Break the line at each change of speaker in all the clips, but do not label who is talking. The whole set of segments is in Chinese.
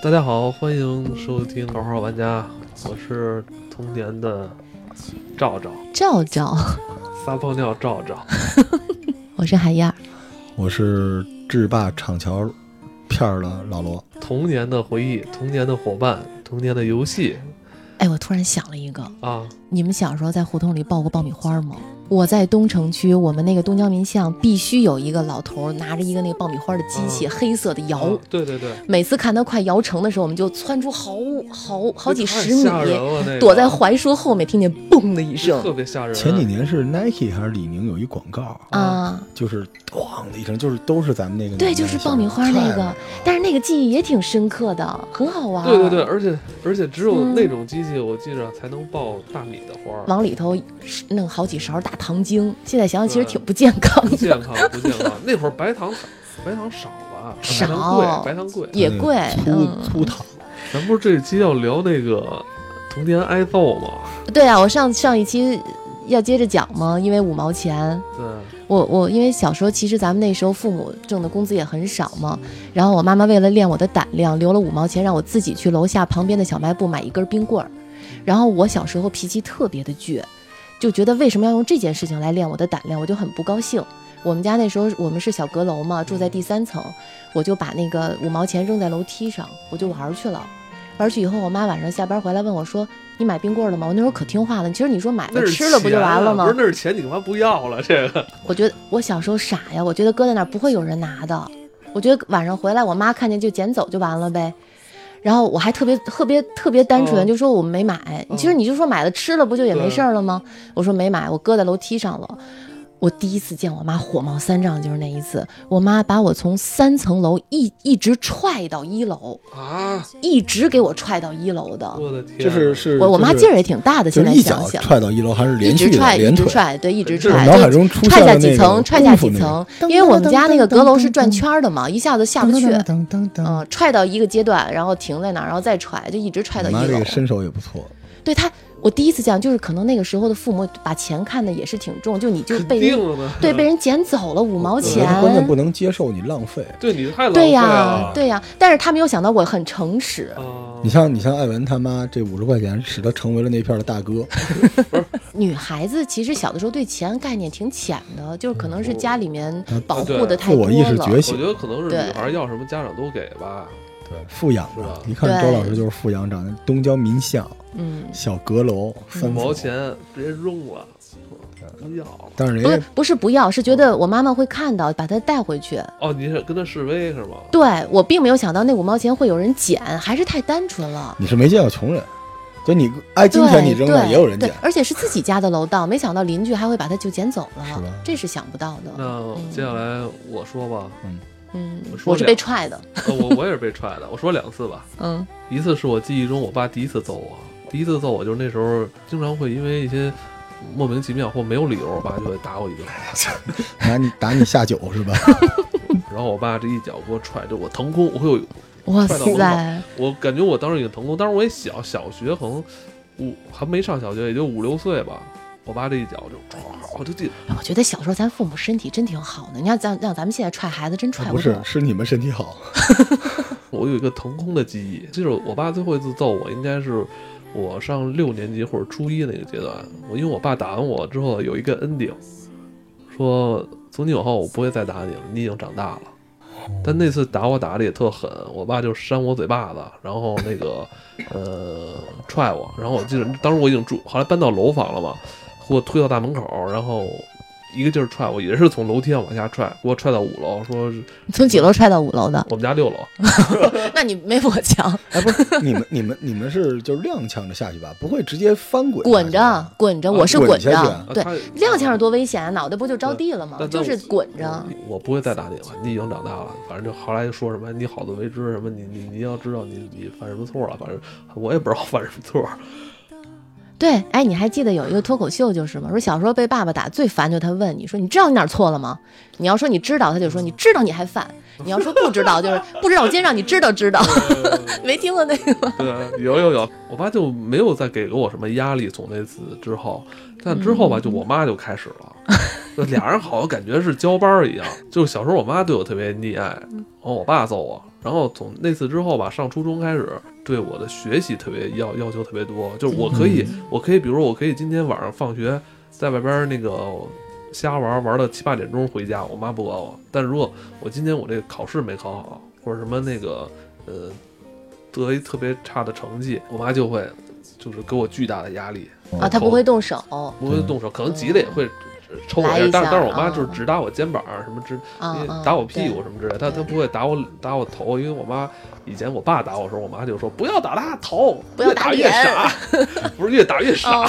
大家好，欢迎收听《头号玩家》，我是童年的赵赵，
赵赵，
撒泡尿赵赵。
我是海燕儿，
我是制霸厂桥片儿的老罗，
童年的回忆，童年的伙伴，童年的游戏
哎，我突然想了一个，
啊！
你们小时候在胡同里抱过爆米花吗？我在东城区，我们那个东交民巷必须有一个老头儿拿着一个那爆米花的机器，
啊
黑色的摇。
啊对对对，
每次看他快摇成的时候，我们就窜出好好好几十米
太，吓人了那个
躲在槐树后面，听见嘣的一声
特别吓人。
前几年是 Nike 还是李宁有一广告，
啊，
就是咣的一声，就是都是咱们那个
对，
年代
就是
的
爆米花那
太美
个
了，
但是那个记忆也挺深刻的，很好啊玩。
对对对，，而且而且只有
嗯
那种机器，我记着才能爆大米的花儿，
往里头弄好几勺大糖精，现在想想其实
对
挺不健康
不
的。
健康不健 康。那会儿白糖白糖少吧？
少
白糖贵，白糖贵。
也贵，
粗
嗯，
粗糖，
咱不是这期要聊那个童年挨揍吗？
对啊，我上上一期要接着讲嘛，因为五毛钱，
对，
我我因为小时候其实咱们那时候父母挣的工资也很少嘛，然后我妈妈为了练我的胆量，留了五毛钱让我自己去楼下旁边的小卖部买一根冰棍儿，然后我小时候脾气特别的倔，就觉得为什么要用这件事情来练我的胆量，我就很不高兴。我们家那时候我们是小阁楼嘛，住在第三层，我就把那个五毛钱扔在楼梯上，我就玩儿去了。玩儿去以后，我妈晚上下班回来问我说：“你买冰棍儿了吗？”我那时候可听话了，其实你说买
那
了
是
吃了不就
钱啊
完了吗？
不是，那是钱，你干嘛不要了？这个
我觉得我小时候傻呀，我觉得搁在那儿不会有人拿的，我觉得晚上回来我妈看见就捡走就完了呗。然后我还特别特别特别单纯，
哦
就说我没买。
哦
嗯
其实你就说买了吃了不就也没事儿了吗？
嗯
我说没买，我搁在楼梯上了。我第一次见我妈火冒三丈，就是那一次，我妈把我从三层楼一一直踹到一楼，
啊，
一直给我踹到一楼的。
我的天，
就是是
我我妈
就
劲
是
儿也挺大的，
就
现
是
在
一
想
脚
想，
踹到一楼，还是
一
连
直
续
踹，
的
一
连
直
腿，
踹，对，一直
就是
踹，
脑
就
海中出
踹
现
下
了
几
那
层，
个
踹下
功夫
几
那个
层，因为我们家那个阁楼是转圈儿的嘛，一下子下不去，
噔噔噔
嗯，踹到一个阶段，然后停在那儿，然后再踹，就一直踹到
你
一
妈这
楼
个。身手也不错，
对他，我第一次讲，就是可能那个时候的父母把钱看的也是挺重，就你就被
定
人
了呢。
对被人捡走了五毛
我觉
钱
得，关键不能接受你浪费。
对啊你太浪
对
费
呀、
了。
对呀、但是他没有想到我很诚实，
啊，
你像你像艾文他妈这五十块钱，使他成为了那片儿的大哥。
女孩子其实小的时候对钱概念挺浅的，就是可能是家里面
嗯
保
哦对
护的太
自
多
我
了。
意识觉
我
醒
觉得可能是
对
女孩要什么家长都给吧。
对，富养
是吧
的，一看周
对
老师就是富养长的，东郊民巷
嗯，
小阁楼，
五
三
毛
层
钱直接扔了，不要了。
但是人
不是
家
不是不要，是觉得
哦
我妈妈会看到，把它带回去。
哦，你是跟他示威是吗？
对我并没有想到那五毛钱会有人捡，还是太单纯了。
你是没见过穷人，就你挨
对
金钱你扔了
对
也有人捡
对，而且是自己家的楼道，没想到邻居还会把它就捡走了，
是吧
这是想不到的。
那接下来我说吧，
嗯
我，说
我是
两
被踹的，
呃我我也是被踹的，我说两次吧。
嗯
一次是我记忆中我爸第一次揍我，第一次揍我就是那时候经常会因为一些莫名其妙或没有理由，我爸就会打我一顿，
拿你打你下酒 是吧？
然后我爸这一脚给我踹，就我腾空，我有
哇
踹到我
塞，
我感觉我当时已经疼过，当时我也小，小学可能五还没上小学，也就五六岁吧。我爸这一脚就唰，我就记
哎我觉得小时候咱父母身体真挺好的，你看咱让咱们现在踹孩子真踹
不
动
是，。是你们身体好，
我有一个腾空的记忆。记着我爸最后一次揍我，应该是我上六年级或者初一那个阶段。我因为我爸打完我之后有一个 ending，说从今以后我不会再打你了，你已经长大了。但那次打我打的也特狠，我爸就扇我嘴巴子，然后那个呃踹我，然后我记得当时我已经住，后来搬到楼房了嘛，给我推到大门口，然后一个劲儿踹我，也是从楼梯上往下踹，给我踹到五楼，说是
从几楼踹到五楼的
，我们家六楼。
那你没我强，
哎，不是你们你们你们是就是踉跄着下去吧，不会直接翻滚
滚
下
着滚着，
啊
我是
滚
滚
下去
着
啊，
哦对，
他
踉跄着多危险啊，脑袋不就着地了吗？
但但
就是
我嗯
滚着。
我不会再打你了，你已经长大了。反正就后来就说什么你好自为之，什么你你你要知道你你犯什么错了，反正我也不知道犯什么错。
对，哎，你还记得有一个脱口秀就是吗？说小时候被爸爸打最烦，就他问你说你知道你哪儿错了吗？你要说你知道，他就说你知道你还犯；你要说不知道，就是不知道。我今天让你知道知道， 没听过那个吗？
对，有有有，我爸就没有再给过我什么压力。从那次之后，但之后吧，就我妈就开始了，那俩人好像感觉是交班儿一样。就是小时候我妈对我特别溺爱，然后我爸揍我，然后从那次之后吧，上初中开始对我的学习特别要要求特别多，就是我可以，我可以，比如说我可以今天晚上放学在外边儿那个瞎玩儿，玩到七八点钟回家，我妈不管我。但如果我今天我这个考试没考好，或者什么那个呃得一特别差的成绩，我妈就会就是给我巨大的压力。
啊，他不会动手
不会动手，可能急了也会抽我
来
下，
一
但
下
但是我妈
啊
就是只打我肩膀儿什么之，
啊，啊
打我屁
对
股什么之类的，她她不会打我打我头，因为我妈以前我爸打我的时候，我妈就说不要打他头，
不要
越
打哦
打越
脸
傻， 不是越打越傻，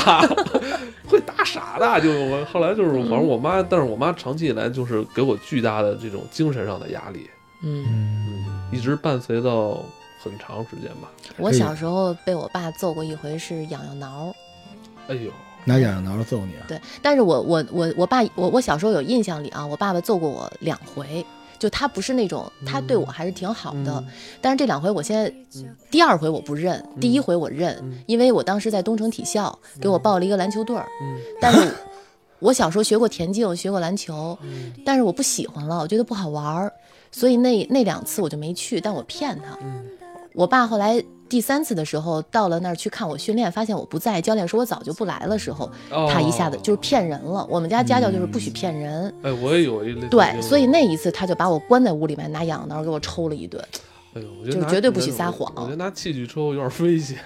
会打傻的。就我后来就是反正我妈，但是我妈长期以来就是给我巨大的这种精神上的压力，
嗯，
嗯，
嗯，一直伴随到很长时间吧。
我小时候被我爸揍过一回是痒痒挠儿，
哎呦，
拿痒痒挠着揍你啊？
对，但是我我我我爸我我小时候有印象里啊，我爸爸揍过我两回，就他不是那种他对我还是挺好
嗯
的，但是这两回我现在第二回我不认，第
嗯
一回我认，因为我当时在东城体校给我报了一个篮球队儿，
嗯
但是我小时候学过田径，学过篮球，
嗯
但是我不喜欢了，我觉得不好玩儿，所以那那两次我就没去，但我骗他。
嗯
我爸后来第三次的时候到了那儿去看我训练，发现我不在，教练说我早就不来了时候，
哦
他一下子就是骗人了。我们家家教就是不许骗人。
哎，我也有一类似经
对，
历
所以那一次他就把我关在屋里面，拿痒挠给我抽了一顿。
哎呦，我觉得
就
拿
绝对不
拿
许
手
撒
机
谎
我觉得拿器具抽有点危险。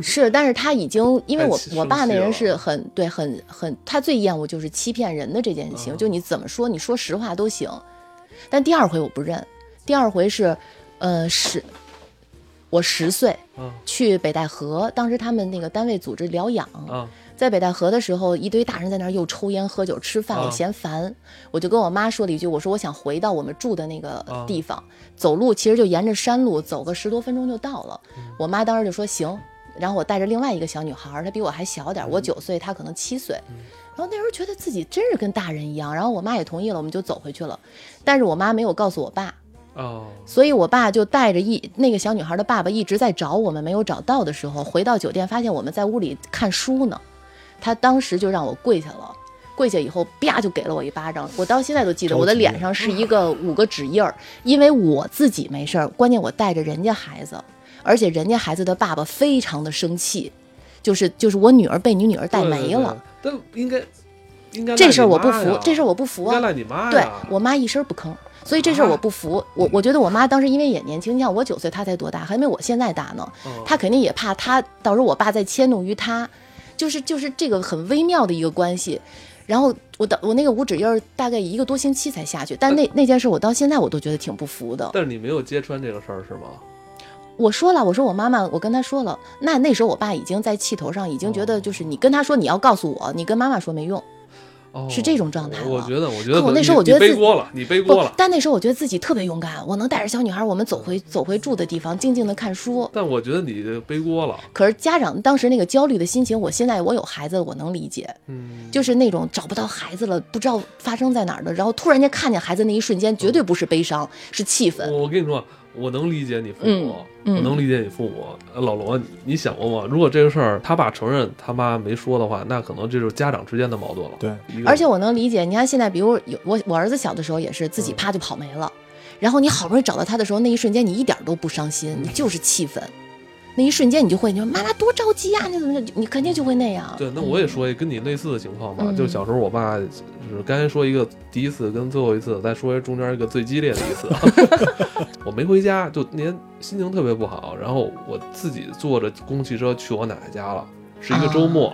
是，但是他已经，因为
太
我
气
我爸
生气
那人
了
是很对，很很，他最厌恶就是欺骗人的这件事情，
嗯
就你怎么说，你说实话都行。但第二回我不认，第二回是，呃，十，我十岁
嗯
去北戴河，当时他们那个单位组织疗养，
啊，
在北戴河的时候，一堆大人在那儿又抽烟、喝酒、吃饭，
啊
我嫌烦，我就跟我妈说了一句，我说我想回到我们住的那个
啊
地方，走路其实就沿着山路走个十多分钟就到了。我妈当时就说行，然后我带着另外一个小女孩儿，她比我还小点儿，我九岁，她可能七岁。然后那时候觉得自己真是跟大人一样，然后我妈也同意了，我们就走回去了。但是我妈没有告诉我爸，
哦，
所以我爸就带着一那个小女孩的爸爸一直在找我们，没有找到的时候，回到酒店发现我们在屋里看书呢。他当时就让我跪下了，跪下以后啪就给了我一巴掌，我到现在都记得，
着急
我的脸上是一个五个指印儿，因为我自己没事儿，关键我带着人家孩子，而且人家孩子的爸爸非常的生气，就是就是我女儿被你女儿带
对
没了，。
对对但应该应该
这事儿我不服，这事
儿
儿我不服
应该
啊，
赖你哎妈呀。
对我妈一声不吭，所以这事儿我不服。我我觉得我妈当时因为也年轻，你想我九岁，她才多大，还没我现在大呢。
嗯
她肯定也怕她到时候我爸再迁怒于她，就是就是这个很微妙的一个关系。然后我的我那个五指印儿大概一个多星期才下去，但那那件事我到现在我都觉得挺不服的。
但是你没有揭穿这个事儿是吗？
我说了，我说我妈妈，我跟她说了，那那时候我爸已经在气头上，已经觉得就是你跟她说你要告诉我，你跟妈妈说没用。
哦，
是这种状态
我
了
觉得，我觉
可
得
我那
你
时候我觉得
你背
自己
锅了，你背
不
锅了，。
但那时候我觉得自己特别勇敢，我能带着小女孩，我们走回走回住的地方，静静的看书。
但我觉得你背锅了。
可是家长当时那个焦虑的心情，我现在我有孩子，我能理解，
嗯，
就是那种找不到孩子了，不知道发生在哪儿的，然后突然间看见孩子那一瞬间，绝对不是悲伤，是气愤。
我我跟你说，我能理解你父母，
嗯嗯
我能理解你父母。呃老罗，你你想过吗？如果这个事儿他爸承认他妈没说的话，那可能这就是家长之间的矛盾了。
对，
一个
而且我能理解，你看现在，比如有我我儿子小的时候也是自
嗯
己啪就跑没了，然后你好不容易找到他的时候，那一瞬间你一点都不伤心，你就是气愤，那一瞬间你就会你说妈妈多着急呀、啊你怎么你肯定就会那样。
对，那我也说一跟你类似的情况吧，
嗯
就小时候我爸就是刚才说一个第一次跟最后一次，再说一中间一个最激烈的一次， 我没回家，就那天心情特别不好，然后我自己坐着公共汽车去我奶奶家了，是一个周末，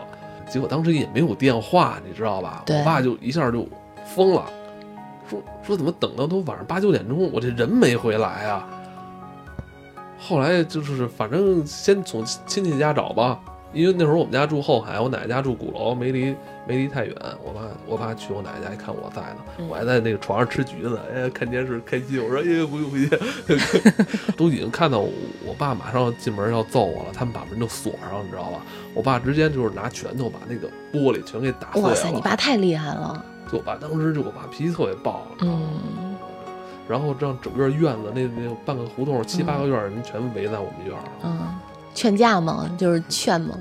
结果当时也没有电话，你知道吧？
啊对
我爸就一下就疯了，说说怎么等到都晚上八九点钟，我这人没回来啊。后来就是反正先从亲戚家找吧，因为那时候我们家住后海，我奶奶家住鼓楼，没离没离太远。我爸我爸去我奶奶家一看我在呢，
嗯
我还在那个床上吃橘子，哎，看电视开心。我说哎不用不用， 都已经看到我我爸马上要进门要揍我了，他们把门就锁上，你知道吧？我爸直接就是拿拳头把那个玻璃全给打碎了。
哇塞，你爸太厉害了，
就我爸当时就我爸脾气特别暴了，
嗯。
然后让整个院子那那半个
嗯
胡同七八个院儿人全围在我们院儿了。
嗯，劝架吗？就是劝吗？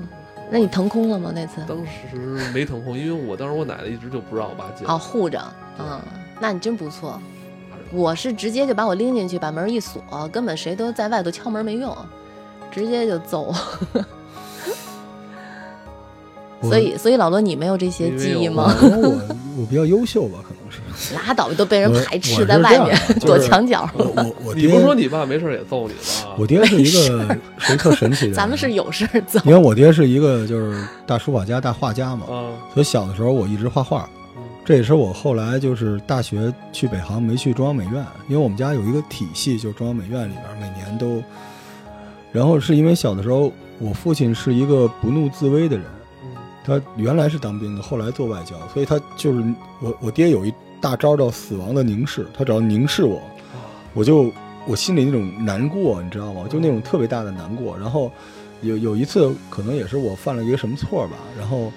那你腾空了吗？那次
当时没腾空，因为我当时我奶奶一直就不让我爸进。
哦，护着，嗯，那你真不错。我是直接就把我拎进去，把门一锁，根本谁都在外头敲门没用，直接就揍。
我
所以，所以老罗，你没有这些
因为
记忆
有
吗？
可能我我比较优秀吧，可能是。
拉倒，都 被人
我
排
我
斥
是
在
这
外
样
面
的就是
躲墙角。
我我我
你
爹
不，是说你爸没事儿也揍你啊吗？
我爹是一
没
个谁特神奇的人。啊
咱们是有事儿走，
因为我爹是一个就是大书法家、大画家嘛，
啊，
所以小的时候我一直画画。
嗯
这也是我后来就是大学去北航没去中央美院，因为我们家有一个体系，就是中央美院里边每年都。然后是因为小的时候，我父亲是一个不怒自威的人，
嗯
他原来是当兵的，后来做外交，所以他就是我我爹有一大招叫死亡的凝视，他只要凝视我，
啊，
我就我心里那种难过，你知道吗？就那种特别大的难过。然后有有一次，可能也是我犯了一个什么错吧，然后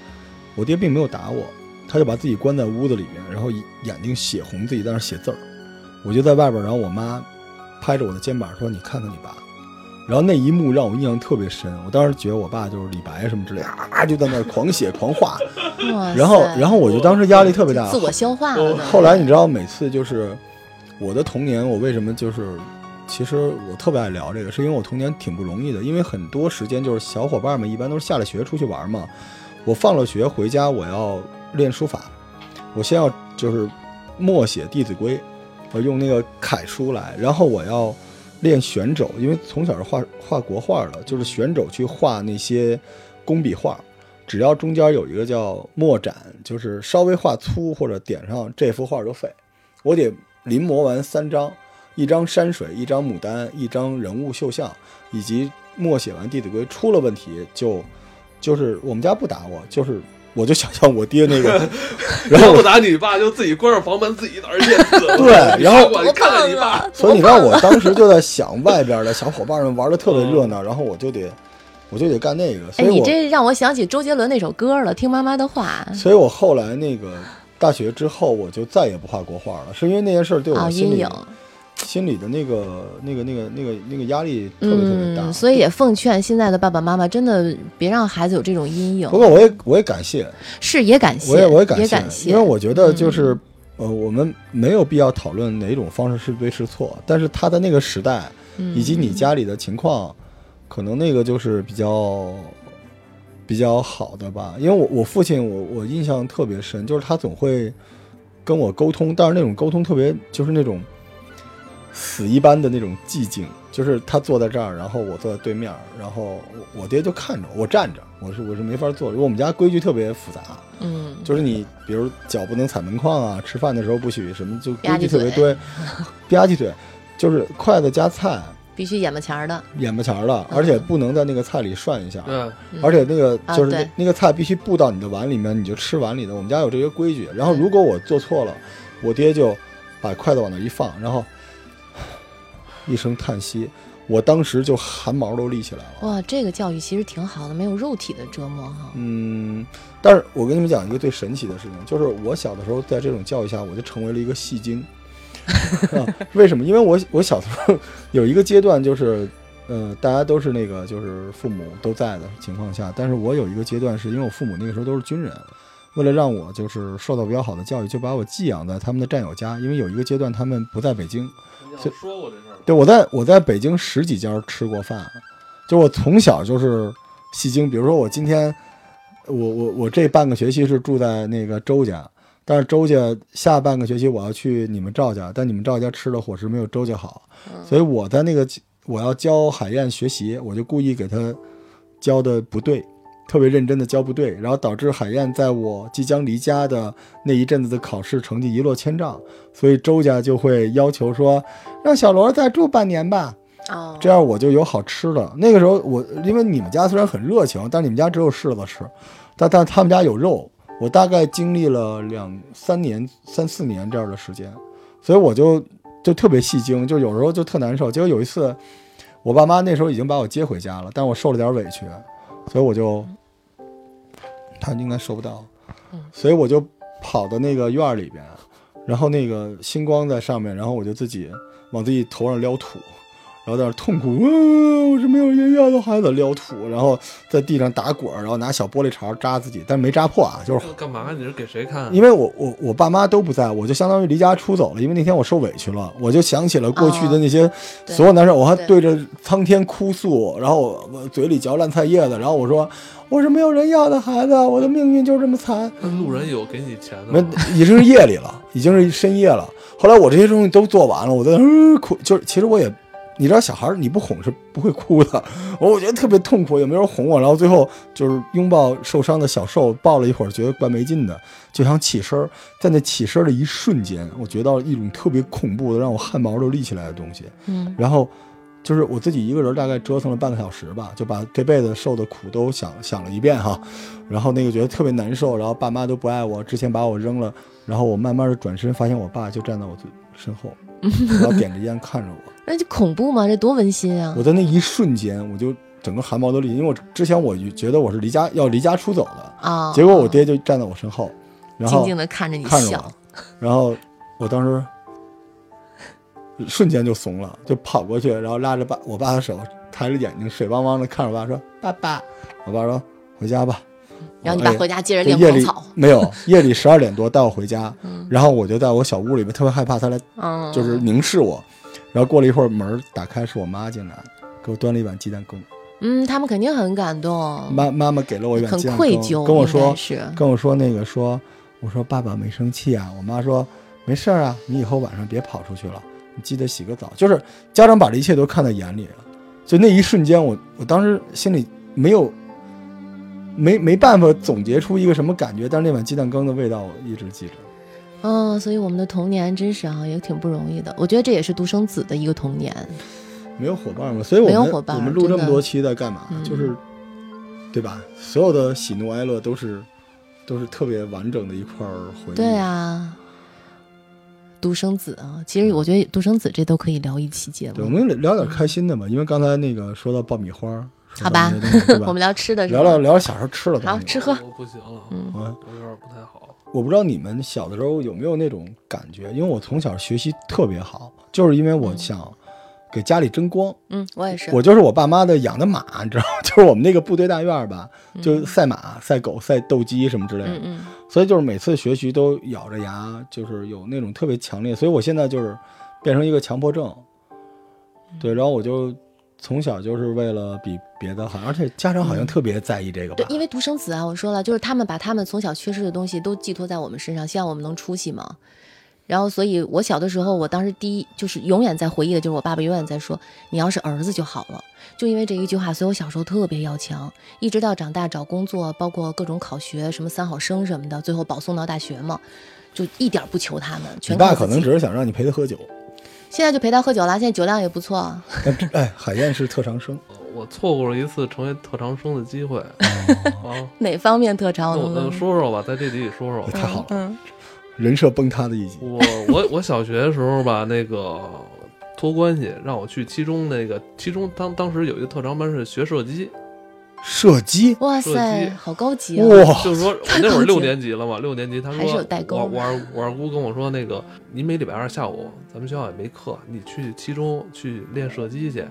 我爹并没有打我，他就把自己关在屋子里面，然后眼睛血红，自己在那写字儿。我就在外边，然后我妈拍着我的肩膀说：“你看看你爸。”然后那一幕让我印象特别深，我当时觉得我爸就是李白什么之类的，啊，就在那儿狂写狂画，
哇
然后
塞
然后我就当时压力特别大，
自我消化
我
了呢。
后来你知道，每次就是我的童年，我为什么就是，其实我特别爱聊这个，是因为我童年挺不容易的，因为很多时间就是小伙伴们一般都是下了学出去玩嘛，我放了学回家，我要练书法，我先要就是默写《弟子规》，我用那个楷书来，然后我要练旋肘，因为从小是画画国画的，就是旋肘去画那些工笔画。只要中间有一个叫墨展，就是稍微画粗或者点上，这幅画就废。我得临摹完三张，一张山水，一张牡丹，一张人物绣像，以及默写完《弟子规》。出了问题就就是我们家不打我，就是我就想象我爹那个， 然
要
后
不
我
打你爸，就自己关上房门，自己在那儿练字。
对然后
我看 看你爸，
所以你知道，我当时就在想，外边的小伙伴们玩的特别热闹，然后我就得，我就得干那个。
哎，
所以
你
我，
这让我想起周杰伦那首歌了，《听妈妈的话》
所以我后来那个大学之后，我就再也不画国画了，是因为那件事儿对
啊，
我心
阴
里、
影。
心里的那个、那个、那个、那个、那个压力特别特别大。
嗯，所以也奉劝现在的爸爸妈妈，真的别让孩子有这种阴影
不。过我也我也感谢，
是也感谢，
我也我也
也
谢，
感谢，嗯
因为我觉得就是、呃，我们没有必要讨论哪种方式是对是错，但是他在那个时代
嗯
以及你家里的情况，可能那个就是比较比较好的吧。因为我我父亲我我印象特别深，就是他总会跟我沟通，但是那种沟通特别就是那种死一般的那种寂静，就是他坐在这儿，然后我坐在对面，然后我我爹就看着我站着，我是我是没法坐着，因为我们家规矩特别复杂。
嗯，
就是你，比如脚不能踩门框啊，吃饭的时候不许什么，就
吧
规
唧
矩特别
嘴
多， 吧唧嘴，就是筷子夹菜
必须眼巴前儿的，
眼巴前儿了，
嗯
而且不能在那个菜里涮一下，
对，
嗯
而且那个
啊
就是那、
对
那个菜必须布到你的碗里面，你就吃碗里的。我们家有这个规矩。然后
嗯
如果我做错了，我爹就把筷子往那一放，然后 一声叹息，我当时就汗毛都立起来了。
哇，这个教育其实挺好的，没有肉体的折磨哈。
嗯，但是我跟你们讲一个最神奇的事情，就是我小的时候在这种教育下，我就成为了一个戏精。 啊、为什么？因为我我小的时候有一个阶段，就是呃，大家都是那个就是父母都在的情况下，但是我有一个阶段是因为我父母那个时候都是军人，为了让我就是受到比较好的教育，就把我寄养在他们的战友家，因为有一个阶段他们不在北京，
你要说过这事儿吗？
对，我在我在北京十几家吃过饭，就我从小就是戏精。比如说我今天，我我我这半个学期是住在那个周家，但是周家下半个学期我要去你们赵家，但你们赵家吃的伙食没有周家好，所以我在那个我要教海燕学习，我就故意给他教的不对。特别认真的教不对，然后导致海燕在我即将离家的那一阵子的考试成绩一落千丈，所以周家就会要求说，让小罗再住半年吧，
哦，
这样我就有好吃的。那个时候我因为你们家虽然很热情，但你们家只有柿子吃，但但他们家有肉。我大概经历了两三年、三四年这样的时间，所以我就就特别戏精，就有时候就特难受。结果有一次，我爸妈那时候已经把我接回家了，但我受了点委屈，所以我就他应该收不到
嗯，
所以我就跑到那个院儿里边，然后那个星光在上面，然后我就自己往自己头上撩土，然后在那儿痛哭，嗯、我是没有人要的孩子，撩吐，然后在地上打滚儿，然后拿小玻璃碴扎自己，但是没扎破啊，就是
干嘛？你是给谁看啊？
因为我我我爸妈都不在，我就相当于离家出走了。因为那天我受委屈了，我就想起了过去的那些
对
所有难受，我还
对
对着苍天哭诉，然后我我嘴里嚼烂菜叶子，然后我说我是没有人要的孩子，我的命运就是这么惨。
那路人有给你钱的
那
吗？
已经是夜里了，已经是深夜了。后来我这些东西都做完了，我在那儿哭，就是其实我也，你知道小孩儿你不哄是不会哭的，我我觉得特别痛苦，也没人哄我，然后最后就是拥抱受伤的小兽，抱了一会儿，觉得怪没劲的，就想起身儿，在那起身儿的一瞬间，我觉到一种特别恐怖的，让我汗毛都立起来的东西，
嗯
然后。就是我自己一个人，大概折腾了半个小时吧，就把这辈子受的苦都想想了一遍哈。然后那个觉得特别难受，然后爸妈都不爱我，之前把我扔了，然后我慢慢的转身，发现我爸就站在我最身后，然后点着烟看着我。
那就恐怖吗？这多温馨啊
我！在那一瞬间，我就整个汗毛都立，因为我之前我觉得我是离家要离家出走的，
啊，
结果我爹就站在我身后，然
静
后
静的看着你
看着
笑
我，，然后我当时瞬间就怂了，就跑过去，然后拉着爸我爸的手，抬着眼睛水汪汪的看着我爸说：“爸爸。”我爸说：“回家吧。”
然后你爸
哎
回家接着
对
练
夜
狂
里
草，
没 有，夜里十二点多带我回家，
嗯
然后我就在我小屋里面特别害怕，他来
嗯，
就是凝视我。然后过了一会儿，门儿打开，是我妈进来，给我端了一碗鸡蛋羹。
嗯，他们肯定很感动，
妈妈妈给了我一碗
嗯很
鸡蛋羹
愧，疚，
跟我
应
说
该是
跟我说那个说，我说爸爸没生气啊。我妈说没事儿啊，你以后晚上别跑出去了，你记得洗个澡。就是家长把这一切都看在眼里了，就那一瞬间我，我当时心里没有没没办法总结出一个什么感觉，但是那碗鸡蛋羹的味道我一直记着。
嗯，所以我们的童年真是啊，也挺不容易的。我觉得这也是独生子的一个童年，
没有伙伴嘛，所以我
没
们
有伙伴
我们录
真
这
的
么多期在干嘛？
嗯
就是，对吧？所有的喜怒哀乐都是都是特别完整的一块儿回忆。
对啊。独生子啊，其实我觉得独生子这都可以聊一期节
对，我
目。
们聊点开心的吧，因为刚才那个说到爆米花，说
好
到
吧
那些东西，对 吧？
我们聊吃的是吧，
聊聊聊小时候吃的东西。
好吃喝
我不行了，
嗯
啊
我有点不太好。
我不知道你们小的时候有没有那种感觉，因为我从小学习特别好，就是因为我想给家里争光。
嗯，我也嗯是，
我就是我爸妈的养的马，你知道吗， 就是我们那个部队大院儿吧，就赛马、赛狗、赛斗鸡什么之类的。
嗯嗯，
所以就是每次学习都咬着牙，就是有那种特别强烈，所以我现在就是变成一个强迫症，
嗯
对，然后我就从小就是为了比别的好，而且家长好像特别在意这个吧
对，，因为独生子啊，我说了，就是他们把他们从小缺失的东西都寄托在我们身上，希望我们能出息嘛。然后，所以我小的时候，我当时第一就是永远在回忆的，就是我爸爸永远在说：“你要是儿子就好了。”就因为这一句话，所以我小时候特别要强，一直到长大找工作，包括各种考学，什么三好生什么的，最后保送到大学嘛，就一点儿不求他们，
你
全靠
爸
自
可能
己
只是想让你陪他 喝酒，
现在就陪他喝酒啦，现在酒量也不错。
但这哎，海燕是特长生，
呃我错过了一次成为特长生的机会啊！
哦
哪方面特
那
长？我
我
能
那
问
说说吧，在这集里说说
也。太好了，
嗯，
人设崩塌的一集，
我我我小学的时候吧，那个托关系让我去七中那个七中当当时有一个特长班是学射击，
射击，
哇
射
塞
击，
好高级啊！
哇，
就是说我那会儿六年级了嘛，六年级他
还是有
说
代沟
我
的
我二我二姑跟我说那个你每礼拜二下午咱们学校也没课，你去七中去练射击去。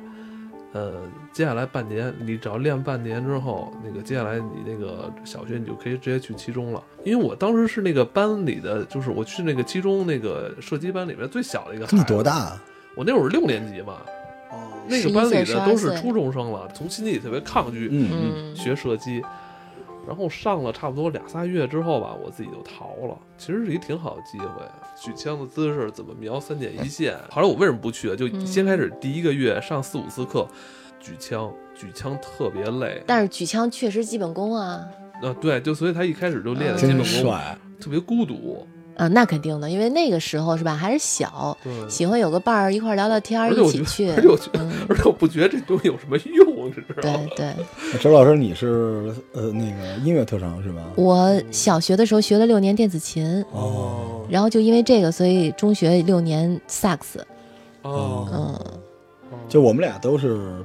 呃，接下来半年，你只要练半年之后，那个接下来你那个小学你就可以直接去七中了。因为我当时是那个班里的，就是我去那个七中那个射击班里面最小的一个。
你多？大啊？
我那会儿六年级嘛，
哦，
那个班里
11岁
的都是
12岁
初中生了，从心里特别抗拒。
嗯嗯，
嗯，
学射击，然后上了差不多俩仨月之后吧，我自己就逃了。其实是一挺好的机会，举枪的姿势怎么瞄三点一线。后来我为什么不去啊？就
嗯
先开始第一个月上四五次课，举枪，举枪特别累。
但是举枪确实基本功啊，
啊，对，就所以他一开始就
嗯
练的基本
真
功，
帅，
特别孤独。
啊，那肯定的，因为那个时候是吧，还是小，
对，
喜欢有个伴儿一块儿聊聊天儿，
而且
一
我觉
起去
得，，而且我觉得，
嗯，
而且我不觉得这东西有什么用，你知道吗
对？对，
哎周老师你是呃那个音乐特长是吧？
我小学的时候学了六年电子琴，
哦，
然后就因为这个，所以中学六年萨克斯，
哦，
嗯，
就我们俩都是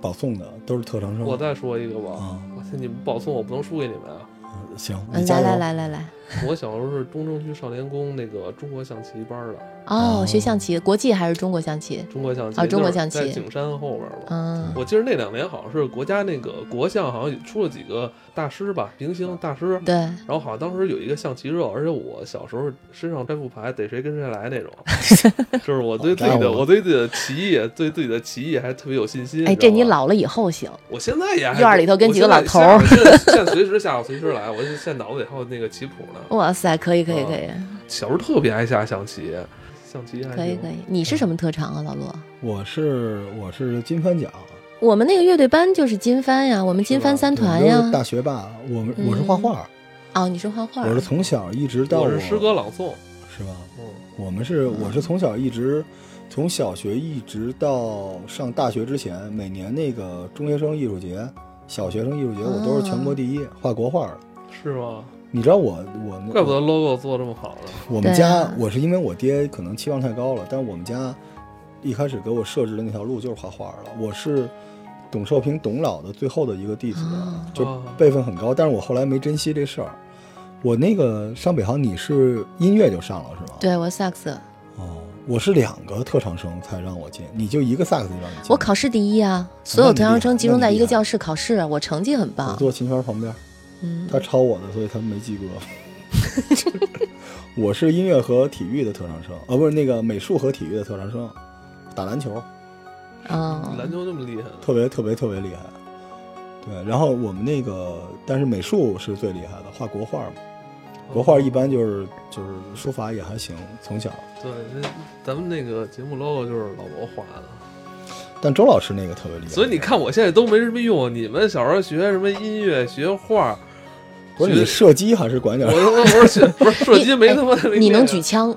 保送的，都是特长生，
我再说一个吧，
啊
我现在你们保送我不能输给你们啊！
呃行，
嗯，
你加
来
油
来来来来，
我小时候是东城区少年宫那个中国象棋班儿的，
哦，
哦
学象棋，国际还是中国象棋？
中国象棋
啊中国
就是
象棋
在景山后边儿嘛。
嗯，
我记得那两年好像是国家那个国象好像也出了几个大师吧，明星大师。
嗯
对，
然后好像当时有一个象棋热，而且我小时候身上摘副牌，逮谁跟谁来 那种，就是我对自己
那
的
我
我对自己的棋艺，对自己的棋艺还特别有信心。
哎，
知
这
道
你
啊
吧
老了以后行，
我现在也还
院儿里头跟几个老头儿
我现在现在现在随时下，我随时来，我现在脑子里还有那个棋谱呢。
哇塞，可以可以
哦
啊
可以
小时候特别爱下象棋，象棋还
可以
行
可以，你
嗯
是什么特长啊，老罗？
我是我是金帆奖，
我们那个乐队班就是金帆呀，我们金帆三团
我
呀
就是。大学霸，我们我是画画，
哦，你是画画，
我是从小一直到
我是诗歌朗诵，
是吧？
嗯，
我们是我是从小一直，从小学一直到上大学之前，每年那个中学生艺术节、小学生艺术节，我都是全
啊
国第一，画国画的。
是吗？
你知道我我
怪不得 logo 做这么好呢。
我
对
们家、
啊
我是因为我爹可能期望太高了，但我们家一开始给我设置的那条路就是画画了。我是董寿平董老的最后的一个弟子，
哦
就
哦
辈分很高，但是我后来没珍惜这事儿。我那个上北航，你是音乐就上了是吗？。
对我萨克斯，
哦，我是两个特长生才让我进，你就一个萨克斯就让你进。
我考试第一啊，所有特长生集中在一个教室考试，啊我成绩很
我
棒。
坐秦圈旁边，
嗯，
他抄我的，所以他没及格。 我是音乐和体育的特长生，啊，不是那个美术和体育的特长生，打篮球
哦，
篮球这么厉害呢，
特别特别特别厉害。对，然后我们那个，但是美术是最厉害的，画国画嘛，
哦
国
啊
画一般就是就是书法也还行，从小。
对，这咱们那个节目 logo 就是老罗画的，
但周老师那个特别厉害，
所以你看我现在都没什么用。你们小时候学什么音乐、学画，
不是你射击还是管点
我
儿？
我我是学不 是射击没他妈那个
哎你能举枪，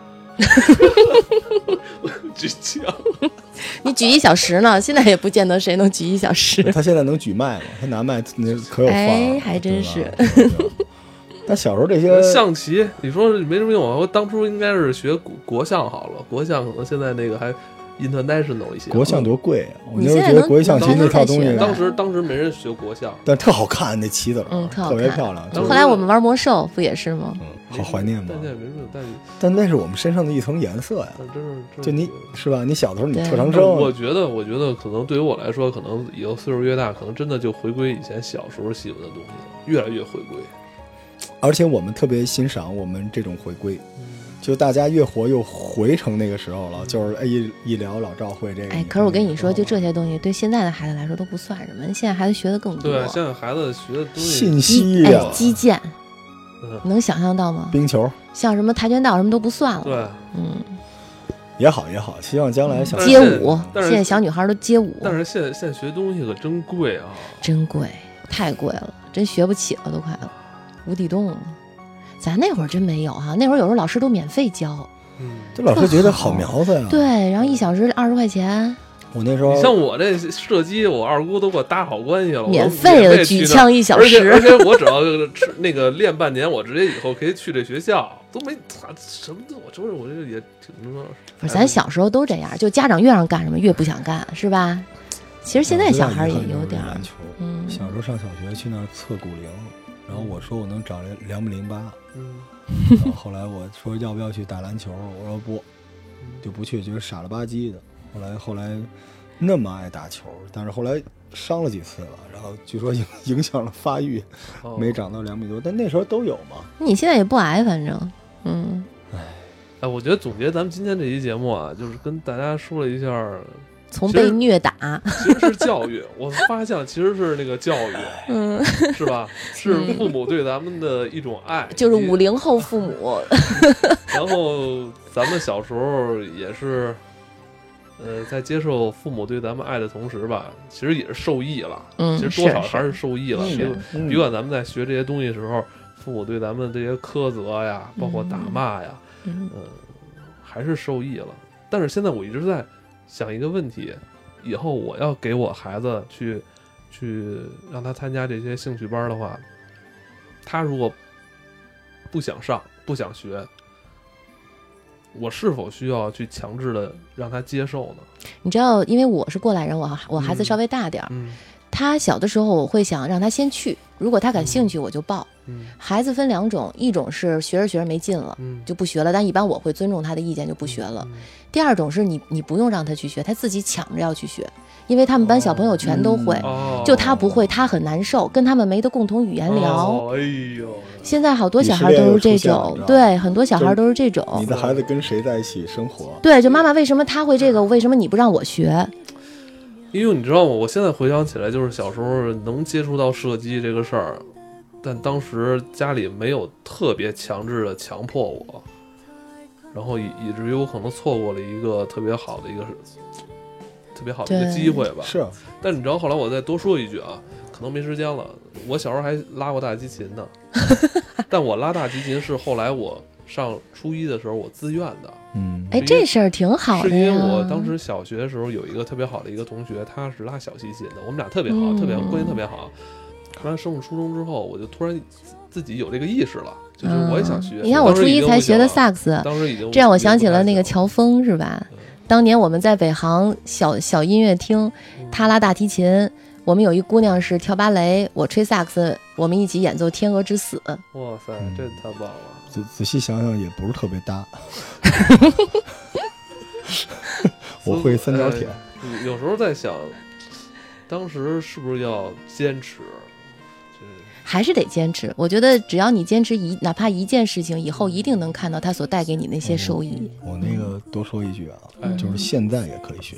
举啊枪？
你举一小时呢，现在也不见得谁能举一小时。
他现在能举麦吗？他拿麦那可有范儿了
哎还真是。
对吧但小时候 这些
象棋，你说没什么用。啊我当初应该是学国国象好了，国象可能现在那个还 international 一些。
国象多贵啊！我
嗯你
那
现
时候
在
觉得
能
国际象
你
棋
当
那
时
套东
才
西
学，
当时当时没人学国象，
但特好看那棋子儿，
嗯特好
特别
看
漂亮，就是
后来我们玩魔兽不也是吗？
嗯好怀念吧
但。现在没什么用，但
但那是我们身上的一层颜色呀。
但真是真
就是你是吧？你小的时候你
对
特长
但嗯我
生，
觉得，我觉得可能对于我来说，可能以后岁数越大，可能真的就回归以前小时候喜欢的东西了，越来越回归。
而且我们特别欣赏我们这种回归，
嗯，
就大家越活又回成那个时候了。就是哎，一一聊老赵会这个，
哎，可是我跟你说，
会那
就
个嗯
这些东西对现在的孩子来说都不算什么，现在孩子学的更多。
对，啊现在孩子学的东西，
信息
击
呀
哎，，击剑，
嗯
你能想象到吗？
冰球
像什么跆拳道什么都不算了。
对，啊
嗯，
也好也好，希望将来小
但是
街
现
舞，
但是
现在小女孩都街舞，
但是现在现在学东西可真贵啊！
真贵，太贵了，真学不起了，都快了，无底洞了。咱那会儿真没有哈、那会儿有时候老师都免费教，
嗯，
这老师觉得好苗子呀。，
对，然后一小时二十块钱，
我那时
你像
候
我这射击，我二姑都给我搭好关系了，我
免
都
费
哦免
的
费
举
去那
枪一小
而且而
时，
且我只要吃那个练半年，我直接以后可以去这学校，都没操什么都，我就是我这也挺那么。
不是咱小时候都这样，就家长越让干什么越不想干，是吧？其实现在小孩也有点儿
篮，球，
嗯，
小时候上小学去那儿测骨龄，然后我说我能长两两米零八，
嗯，
然后后来我说要不要去打篮球，我说不，就不去，觉得傻了吧唧的。后来后来那么爱打球，但是后来伤了几次了，然后据说影影响了发育，
哦
嗯没长到两米多，但那时候都有嘛。
你现在也不矮，反正，嗯，
哎，我觉得总结咱们今天这期节目啊，就是跟大家说了一下儿，
从
其实
被虐打，
其实是教育。我发现了其实是那个教育，
嗯，
是 吧？是父母对咱们的一种爱，
就是
以及
五。零后父母，
然后咱们小时候也是，呃，在接受父母对咱们爱的同时吧，其实也是受益了。
嗯
其实多
是
少
是
还是受益了。
是
比如
嗯
别管咱们在学这些东西的时候，父母对咱们这些苛责呀，包括打骂呀，
嗯
嗯，还是受益了。但是现在我一直在想一个问题：以后我要给我孩子去去让他参加这些兴趣班的话，他如果不想上、不想学，我是否需要去强制的让他接受呢？
你知道，因为我是过来人，我我孩子
嗯
稍微大点儿，
嗯
他小的时候，我会想让他先去，如果他感兴趣，我就报。
嗯
孩子分两种，一种是学着学着没劲了。
嗯，
就不学了，但一般我会尊重他的意见，就不学了。第二种是你你不用让他去学，他自己抢着要去学，因为他们班小朋友全都会，
哦，
就他不会，他很难受，跟他们没得共同语言聊。
哦哎呦，
现在好多小孩都是这种
你失恋又出现了，
对，很多小孩都是这
你
种。
的孩子跟谁在一起生活？
对，就妈妈为什么他会这个，为什么你不让我学？
因为你知道吗？我现在回想起来，就是小时候能接触到射击这个事儿，但当时家里没有特别强制的强迫我，然后以以至于我可能错过了一个特别好的一个特别好的一个
对
机会吧。
是啊，
但你知道后来我再多说一句啊，可能没时间了。我小时候还拉过大提琴呢，但我拉大提琴是后来我上初一的时候我自愿的，
嗯，
哎，这事儿挺好
是
的
因为
呀。
我当时小学的时候有一个特别好的一个同学，他是拉小提琴的，我们俩特别好，
嗯
特别关系特别好。后来升入初中之后，我就突然自自己有这个意识了，就是
嗯
我也想学。
你看我
我
初一才学的
萨，
萨克斯，
当时已经
这让我想起了那个
乔，
乔峰，是吧？当年我们在北航小小音乐厅，他拉大提琴，我们有一姑娘是跳芭蕾，我吹萨克斯，我们一起演奏《天鹅之死》。
哇塞，
嗯
这太棒了！
仔仔细想想也不是特别搭。我会三角铁，
有哎有时候在想，当时是不是要坚持？就是
还是得坚持。我觉得只要你坚持一，哪怕一件事情，以后一定能看到它所带给你那些收益。
我那个多说一句啊
哎，
就是现在也可以学，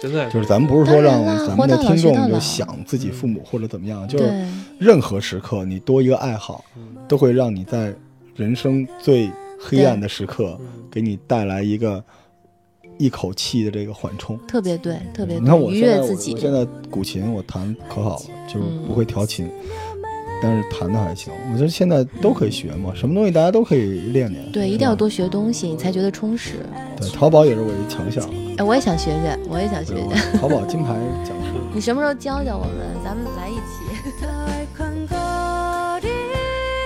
现在
就是咱们不是说让
当然啦
咱
活
们
到
的
老
听
学到
众就
老
想自己父母或者怎么样，就
对
是任何时刻你多一个爱好，
嗯
都会让你在人生最黑暗的时刻
嗯
给你带来一个一口气的这个缓冲。
特别对，特别
你看
对，
我
愉
现在
悦
我
自己嗯
我。现在古琴我弹可好了，就是不会调琴，但是弹的还行。我觉得现在都可以学嘛，什么东西大家都可以练练。
对，一定要多学东西，你才觉得充实。
对，淘宝也是我一强项，
哎，我也想学学，我也想学学。
我淘宝金牌讲师。
你什么时候教教我们？咱们来一起。
덜컹 거리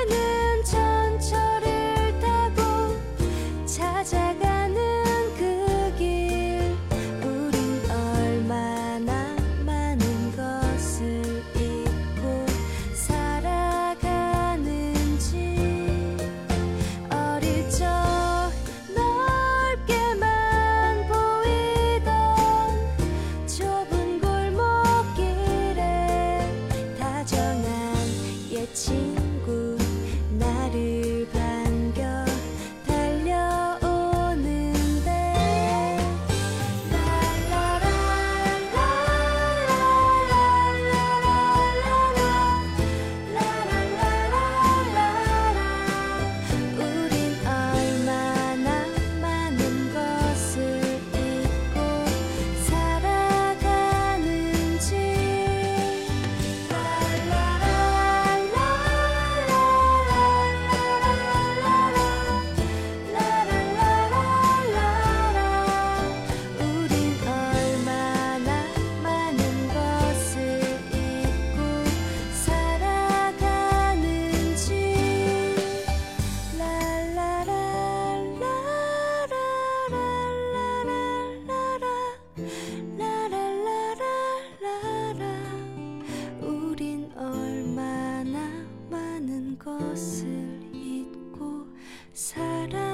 는 전철을 타고 찾아가는 그 길 우린 얼마나 많은 것을 잊고 살아가는지 어릴 적 넓게만 보이던 좁은 골목길에 다정한 옛 친구 나를 반겨 달려오는데 라라라라라라라라라라라 우린 얼마나 많은 것을 잊고 살아가는지 라라라라라라라라라라라라라 우린 얼마나 많은 것을 잊고 살아가는지 라라라라라라라라라 라라라라라라 우린 얼마나 많은 것을 잊고 살아